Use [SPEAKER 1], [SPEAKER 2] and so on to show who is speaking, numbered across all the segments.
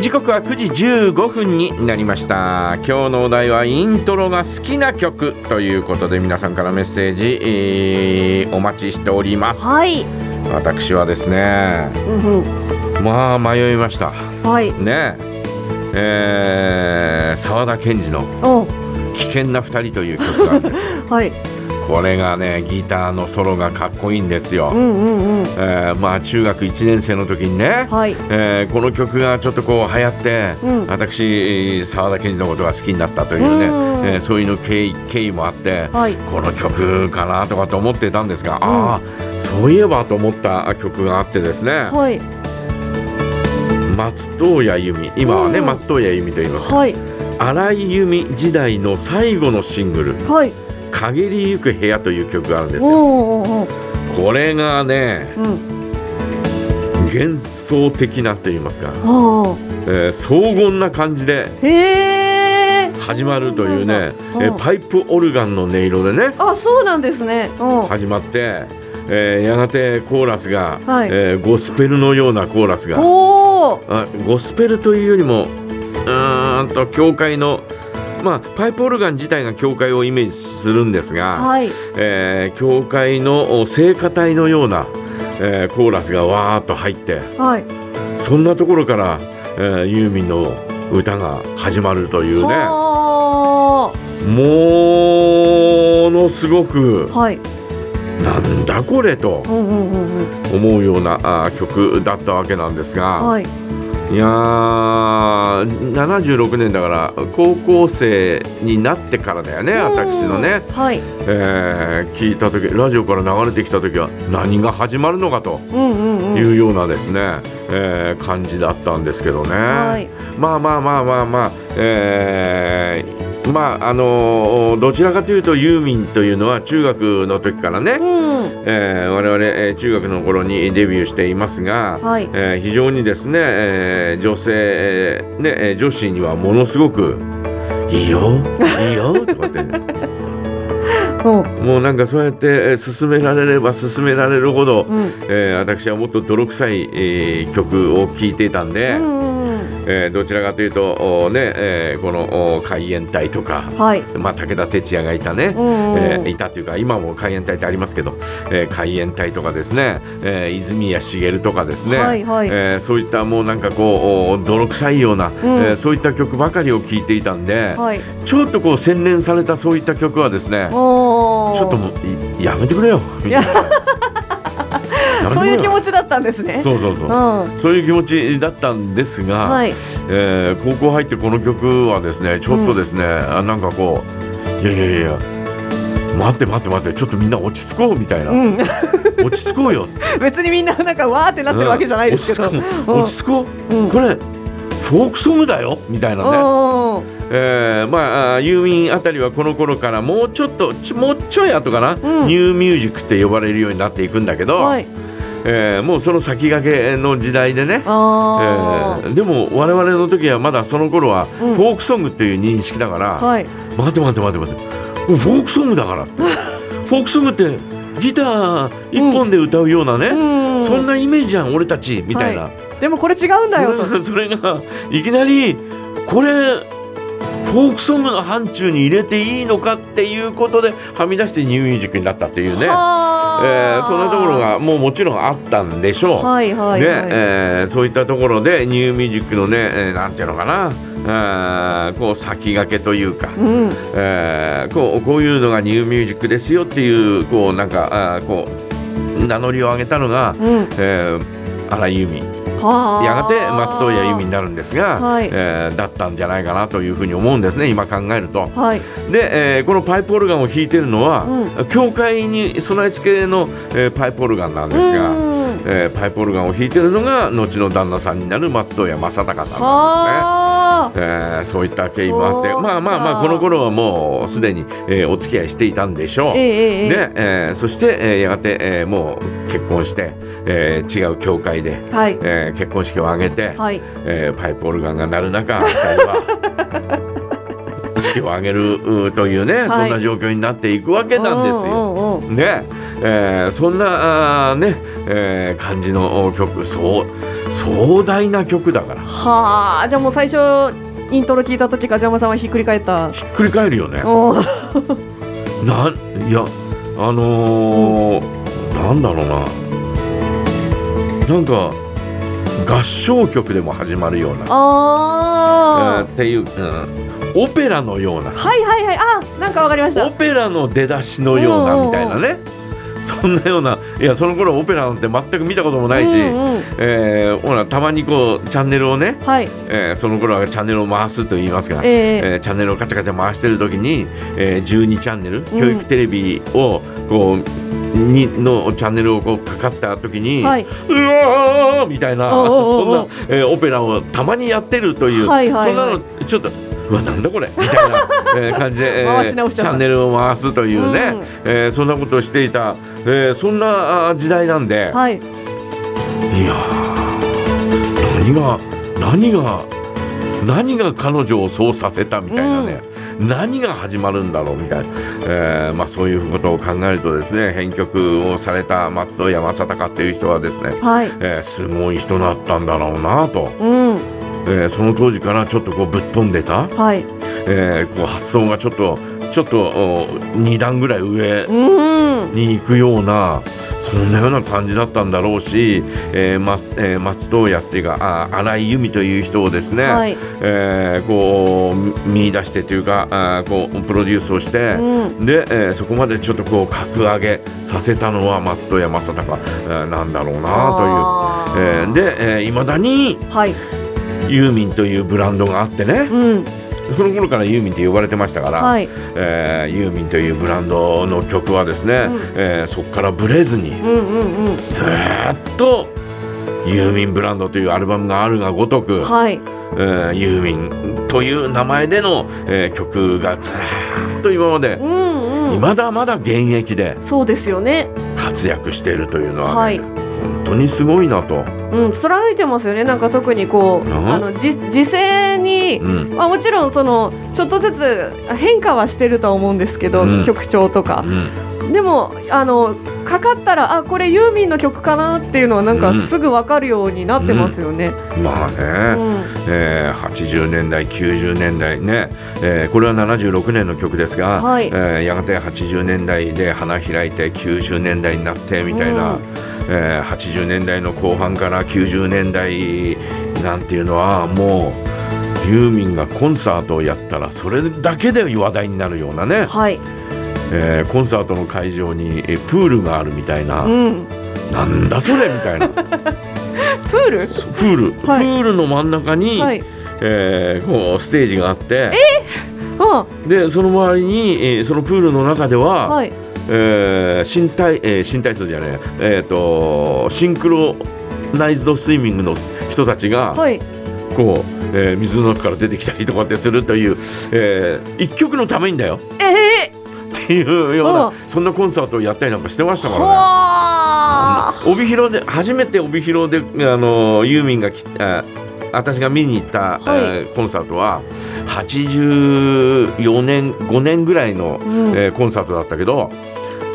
[SPEAKER 1] 時刻は9時15分になりました今日のお題はイントロが好きな曲ということで皆さんからメッセージ、えーお待ちしております
[SPEAKER 2] はい、
[SPEAKER 1] 私はですね
[SPEAKER 2] うんうん、
[SPEAKER 1] まあ迷いました
[SPEAKER 2] はい、
[SPEAKER 1] ねええー沢田研二の
[SPEAKER 2] お、
[SPEAKER 1] 「危険な二人」という曲があって
[SPEAKER 2] はい、
[SPEAKER 1] これがねギターのソロがかっこいいんですよ、
[SPEAKER 2] うんうんうん、
[SPEAKER 1] えーまあ中学1年生の時にね、
[SPEAKER 2] はい、
[SPEAKER 1] えーこの曲がちょっとこう流行って、
[SPEAKER 2] うん
[SPEAKER 1] 私えー沢田研二のことが好きになったというね、
[SPEAKER 2] うん
[SPEAKER 1] えーそういうの経緯経緯もあって、
[SPEAKER 2] はい
[SPEAKER 1] この曲かなとかと思ってたんですが、
[SPEAKER 2] ん
[SPEAKER 1] ああそういえばと思った曲があってですね、
[SPEAKER 2] はい、
[SPEAKER 1] 松任谷由実今はね、
[SPEAKER 2] うん
[SPEAKER 1] 松任谷由実と言いますが、
[SPEAKER 2] はい、
[SPEAKER 1] 荒井由実時代の最後のシングル
[SPEAKER 2] はい、
[SPEAKER 1] 「陰りゆく部屋」という曲があるんです
[SPEAKER 2] お
[SPEAKER 1] よ。
[SPEAKER 2] おおお、
[SPEAKER 1] これがね
[SPEAKER 2] うん、
[SPEAKER 1] 幻想的なと言いますか、
[SPEAKER 2] あ
[SPEAKER 1] えー荘厳な感じで
[SPEAKER 2] あ、へえ、
[SPEAKER 1] 始まるというね、えー
[SPEAKER 2] うん
[SPEAKER 1] パイプオルガンの音色でね
[SPEAKER 2] あ、そうなんですね、うん、
[SPEAKER 1] 始まって、えーやがてコーラスが、
[SPEAKER 2] はい
[SPEAKER 1] えーゴスペルのようなコーラスが
[SPEAKER 2] おお、
[SPEAKER 1] あゴスペルというよりもうーんと教会のまあパイプオルガン自体が教会をイメージするんですが、
[SPEAKER 2] はい、
[SPEAKER 1] えー教会のお聖歌隊のような、えーコーラスがわーっと入って
[SPEAKER 2] はい、
[SPEAKER 1] そんなところから、えーユーミンの歌が始まるというね
[SPEAKER 2] は
[SPEAKER 1] ものすごく
[SPEAKER 2] あ、はい、
[SPEAKER 1] なんだこれと
[SPEAKER 2] うんうんうんうん、
[SPEAKER 1] 思うようなあー曲だったわけなんですが、
[SPEAKER 2] はい、
[SPEAKER 1] いやー76年だから高校生になってからだよね私のね、
[SPEAKER 2] うん、はい、
[SPEAKER 1] えー聞いた時ラジオから流れてきた時は何が始まるのかと
[SPEAKER 2] うんうん
[SPEAKER 1] い
[SPEAKER 2] うん、
[SPEAKER 1] うようなですね、えー感じだったんですけどね、
[SPEAKER 2] はい、
[SPEAKER 1] まあまあまあまあまあ、えーまああのーどちらかというとユーミンというのは中学の時からね、
[SPEAKER 2] うん、
[SPEAKER 1] えー我々、えー中学の頃にデビューしていますが、
[SPEAKER 2] はい
[SPEAKER 1] えー非常にですね、えー女性、えーね、えー女子にはものすごく「いいよいいよ」とかって
[SPEAKER 2] お、
[SPEAKER 1] もうなんかそうやって、えー勧められれば勧められるほど、
[SPEAKER 2] うん、
[SPEAKER 1] えー私はもっと泥臭い、えー曲を聴いていたんで、
[SPEAKER 2] うんうん
[SPEAKER 1] えーどちらかというとおーね、えーこのおー海援隊とか
[SPEAKER 2] う、ん、はい、
[SPEAKER 1] まあ、武田鉄矢がいたね、
[SPEAKER 2] うんうん
[SPEAKER 1] えーいたというか今も海援隊ってありますけど、えー海援隊とかですね、えー泉谷茂とかですね、
[SPEAKER 2] はいはい
[SPEAKER 1] えーそういったもうなんかこうお泥臭いような、えーそういった曲ばかりを聴いていたんで、
[SPEAKER 2] はい、
[SPEAKER 1] ちょっとこう洗練されたそういった曲はですねち
[SPEAKER 2] おお、
[SPEAKER 1] ょっともういやめてくれよみたいな。 やめてくれよ
[SPEAKER 2] そういう気持ちだったんですね。
[SPEAKER 1] そうそうそう、
[SPEAKER 2] う
[SPEAKER 1] そういう気持ちだったんですが、
[SPEAKER 2] ん、はい、
[SPEAKER 1] えー高校入ってこの曲はですねちょっとですね、あなんかこういやいやいや待って待って待ってちょっとみんな落ち着こうみたいな、
[SPEAKER 2] うん、
[SPEAKER 1] 落ち着こうよ
[SPEAKER 2] 別にみんななんかわーってなってるわけじゃないですけど、
[SPEAKER 1] うん
[SPEAKER 2] うん
[SPEAKER 1] 落ち着こう、
[SPEAKER 2] うん
[SPEAKER 1] これフォークソングだよみたいなね、
[SPEAKER 2] おー
[SPEAKER 1] えーまああーユーミンあたりはこの頃からもうちょっとちもうちょい後かな、
[SPEAKER 2] うん
[SPEAKER 1] ニューミュージックって呼ばれるようになっていくんだけど、
[SPEAKER 2] はい、
[SPEAKER 1] えーもうその先駆けの時代でね、え
[SPEAKER 2] あー、
[SPEAKER 1] ーでも我々の時はまだその頃はフ
[SPEAKER 2] うん
[SPEAKER 1] ォークソングっていう認識だから、
[SPEAKER 2] はい、
[SPEAKER 1] 待って待って待って待ってこれフォークソングだからってフォークソングってギター一本で歌うようなね、
[SPEAKER 2] うん
[SPEAKER 1] そんなイメージじゃん俺たちみたいな、
[SPEAKER 2] はでもこれ違うんだよと、
[SPEAKER 1] それ がそれがいきなりこれフォークソングの範疇に入れていいのかっていうことではみ出してニューミュージックになったっていうね、え
[SPEAKER 2] はー
[SPEAKER 1] ーそんなところ、がもうもちろんあったんでしょう。
[SPEAKER 2] はいはいはい、
[SPEAKER 1] ねえーそういったところでニューミュージックのね、えーなんていうのかなあーこう先駆けというか、
[SPEAKER 2] うん、
[SPEAKER 1] えーこうこういうのがニューミュージックですよっていうこうなんかあーこう名乗りを上げたのが、
[SPEAKER 2] うん、
[SPEAKER 1] えー荒井由実
[SPEAKER 2] はー
[SPEAKER 1] やがて松任谷由実になるんですが、
[SPEAKER 2] はい
[SPEAKER 1] えーだったんじゃないかなというふうに思うんですね今考えると。
[SPEAKER 2] はい、
[SPEAKER 1] で、えーこのパイプオルガンを弾いてるのは、
[SPEAKER 2] う
[SPEAKER 1] 教会に備え付けの、えーパイプオルガンなんですが。
[SPEAKER 2] うん
[SPEAKER 1] えーパイプオルガンを弾いてるのが後の旦那さんになる松任谷正隆さんなんですね。
[SPEAKER 2] はー
[SPEAKER 1] えーそういった経緯もあって
[SPEAKER 2] そうか
[SPEAKER 1] まあまあまあこの頃はもうすでに、えーお付き合いしていたんでしょう。
[SPEAKER 2] えええええ
[SPEAKER 1] で、えーそして、えーやがて、えーもう結婚して、えー違う教会で、
[SPEAKER 2] え、はい、
[SPEAKER 1] えー結婚式を挙げて、
[SPEAKER 2] はい、
[SPEAKER 1] えーパイプオルガンが鳴る中二人は式を挙げるうというね、
[SPEAKER 2] い
[SPEAKER 1] そんな状況になっていくわけなんですよ。
[SPEAKER 2] うんうんうん
[SPEAKER 1] ねえーそんなあーね、えー感じの曲そう壮大な曲だから
[SPEAKER 2] はあじゃあもう最初イントロ聞いた時からジャマさんはひっくり返った
[SPEAKER 1] ひっくり返るよね。
[SPEAKER 2] おー
[SPEAKER 1] なんいやあのーなんだろうななんか合唱曲でも始まるような、えー
[SPEAKER 2] あ
[SPEAKER 1] っ
[SPEAKER 2] ー
[SPEAKER 1] ていう、うん、オペラのような
[SPEAKER 2] はいはいはいあなんかわかりました
[SPEAKER 1] オペラの出だしのような
[SPEAKER 2] うんうんうん
[SPEAKER 1] みたいなねそんなようないやその頃オペラなんて全く見たこともないし、
[SPEAKER 2] うんうん
[SPEAKER 1] えーほらたまにこうチャンネルをね、
[SPEAKER 2] はい
[SPEAKER 1] えーその頃はチャンネルを回すと言いますが、
[SPEAKER 2] えー
[SPEAKER 1] えーチャンネルをカチャカチャ回してる時に、えー12チャンネル、
[SPEAKER 2] ん
[SPEAKER 1] 教育テレビをこうにのチャンネルをこうかかった時に、
[SPEAKER 2] はいう
[SPEAKER 1] わーみたいな
[SPEAKER 2] おうおうお
[SPEAKER 1] そ
[SPEAKER 2] う
[SPEAKER 1] んな、えーオペラをたまにやってるという、
[SPEAKER 2] はいはいは
[SPEAKER 1] そ
[SPEAKER 2] い
[SPEAKER 1] んなのちょっと。うわなんだこれみたい な、えー感じで、えー
[SPEAKER 2] 回し直し
[SPEAKER 1] チ
[SPEAKER 2] ちゃった
[SPEAKER 1] ャンネルを回すというね、
[SPEAKER 2] うん
[SPEAKER 1] えーそんなことをしていた、えーそんなあー時代なんで、
[SPEAKER 2] はい
[SPEAKER 1] いやー何が何が何が彼女をそうさせたみたいなね、何が始まるんだろうみたいな、えーまあ、そういうことを考えるとですね編曲をされた松尾山正隆っていう人はですね、
[SPEAKER 2] はい
[SPEAKER 1] えーすごい人だったんだろうなと、
[SPEAKER 2] うん
[SPEAKER 1] えーその当時からちょっとこうぶっ飛んでた、
[SPEAKER 2] はい
[SPEAKER 1] えーこう発想がちょっとちょっと2段ぐらい上
[SPEAKER 2] うん
[SPEAKER 1] に行くようなそんなような感じだったんだろうし、えーまえー松任谷っていうかあ荒井由実という人をですね、
[SPEAKER 2] はい
[SPEAKER 1] えーこう見見出してというかあーこうプロデュースをして、
[SPEAKER 2] う
[SPEAKER 1] で、えーそこまでちょっとこう格上げさせたのは松任谷正隆えーなんだろうな
[SPEAKER 2] あ
[SPEAKER 1] という、えーでいま、未だに
[SPEAKER 2] はい
[SPEAKER 1] ユーミンというブランドがあってね
[SPEAKER 2] うん
[SPEAKER 1] その頃からユーミンって呼ばれてましたから、
[SPEAKER 2] はい
[SPEAKER 1] えーユーミンというブランドの曲はですね、
[SPEAKER 2] ん
[SPEAKER 1] えーそこからブレずに、
[SPEAKER 2] うんうんうん
[SPEAKER 1] ずーっとユーミンブランドというアルバムがあるがごとく、
[SPEAKER 2] はい
[SPEAKER 1] えーユーミンという名前での、えー曲がずーっと今まで
[SPEAKER 2] う、んうん
[SPEAKER 1] まだまだ現役で
[SPEAKER 2] そうですよね
[SPEAKER 1] 活躍しているというのは、ね
[SPEAKER 2] はい
[SPEAKER 1] 本当にすごいなと。
[SPEAKER 2] うん貫いてますよねなんか特にこう
[SPEAKER 1] うん
[SPEAKER 2] あのじ時勢に
[SPEAKER 1] うん
[SPEAKER 2] まあ、もちろんそのちょっとずつ変化はしてるとは思うんですけど、
[SPEAKER 1] うん
[SPEAKER 2] 曲調とか
[SPEAKER 1] う、ん
[SPEAKER 2] でもあのかかったらあこれユーミンの曲かなっていうのはなんか
[SPEAKER 1] うん
[SPEAKER 2] すぐ分かるようになってますよね。
[SPEAKER 1] まあ
[SPEAKER 2] う
[SPEAKER 1] ね、
[SPEAKER 2] ん
[SPEAKER 1] えー80年代90年代ね、えーこれは76年の曲ですが、
[SPEAKER 2] はい
[SPEAKER 1] えーやがて80年代で花開いて90年代になってみたいな、
[SPEAKER 2] うん
[SPEAKER 1] えー80年代の後半から90年代なんていうのはもうユーミンがコンサートをやったらそれだけで話題になるようなね、
[SPEAKER 2] はい、
[SPEAKER 1] えーコンサートの会場にえープールがあるみたいな、
[SPEAKER 2] うん、
[SPEAKER 1] なんだそれみ たいなプール、
[SPEAKER 2] プールはい
[SPEAKER 1] プールの真ん中に、
[SPEAKER 2] はい、
[SPEAKER 1] えーこうステージがあって。
[SPEAKER 2] あ
[SPEAKER 1] でその周りに、えーそのプールの中では、
[SPEAKER 2] はい、
[SPEAKER 1] えー身体、えー身体操じゃないえっ、とシンクロナイズドスイミングの人たちが、
[SPEAKER 2] はい、
[SPEAKER 1] こう、えー水の中から出てきたりとかってするという、えー一曲のためにだよ
[SPEAKER 2] えー、
[SPEAKER 1] っていうような、
[SPEAKER 2] うん
[SPEAKER 1] そんなコンサートをやったりなんかしてましたからね。
[SPEAKER 2] はあ、
[SPEAKER 1] 帯広で初めて帯広で、あのユーミンが来あ私が見に行った、
[SPEAKER 2] はい
[SPEAKER 1] えーコンサートは84年5年ぐらいの、
[SPEAKER 2] うん
[SPEAKER 1] えーコンサートだったけど、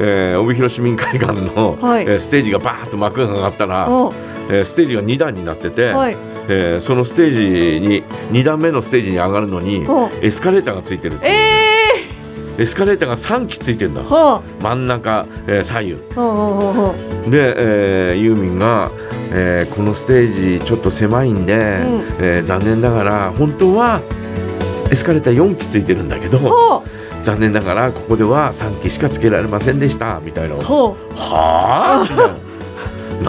[SPEAKER 1] えー帯広市民会館の、
[SPEAKER 2] はい
[SPEAKER 1] えーステージがバーッと幕が上がったら、
[SPEAKER 2] う
[SPEAKER 1] えーステージが2段になってて、
[SPEAKER 2] んはい、
[SPEAKER 1] えーそのステージに2段目のステージに上がるのに
[SPEAKER 2] うん
[SPEAKER 1] エスカレーターがついてるって
[SPEAKER 2] え
[SPEAKER 1] いう
[SPEAKER 2] え
[SPEAKER 1] エスカレーターが3基ついてるんだ
[SPEAKER 2] ー、は
[SPEAKER 1] 真ん中、えー左右。
[SPEAKER 2] あ、はあ、はあ、は
[SPEAKER 1] で、えーユーミンが、えーこのステージちょっと狭いんで、
[SPEAKER 2] ん
[SPEAKER 1] えー残念ながら本当はエスカレーター4機ついてるんだけ
[SPEAKER 2] あ、
[SPEAKER 1] ど
[SPEAKER 2] は
[SPEAKER 1] 残念ながらここでは3機しかつけられませんでしたみたいな
[SPEAKER 2] あ、は
[SPEAKER 1] はあみたいな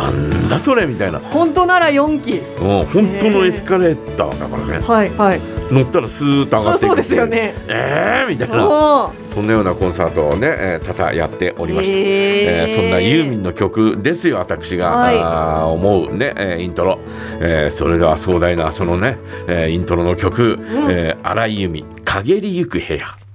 [SPEAKER 1] なんだそれみたいな
[SPEAKER 2] あ、本当なら四期、
[SPEAKER 1] もう本当のエスカレーターだからね
[SPEAKER 2] はい、はい、
[SPEAKER 1] 乗ったらスーッと上が
[SPEAKER 2] そう
[SPEAKER 1] ってい
[SPEAKER 2] そ
[SPEAKER 1] く
[SPEAKER 2] うですよね。
[SPEAKER 1] えーみたいな
[SPEAKER 2] は
[SPEAKER 1] そんなようなコンサートをね、えー多々やっておりました、
[SPEAKER 2] へ
[SPEAKER 1] え
[SPEAKER 2] ー
[SPEAKER 1] ーそんなユーミンの曲ですよ私が、
[SPEAKER 2] はい
[SPEAKER 1] あー思うね、えーイントロ、えーそれでは壮大なそのね、えーイントロの曲「えー荒井由実陰りゆく部屋」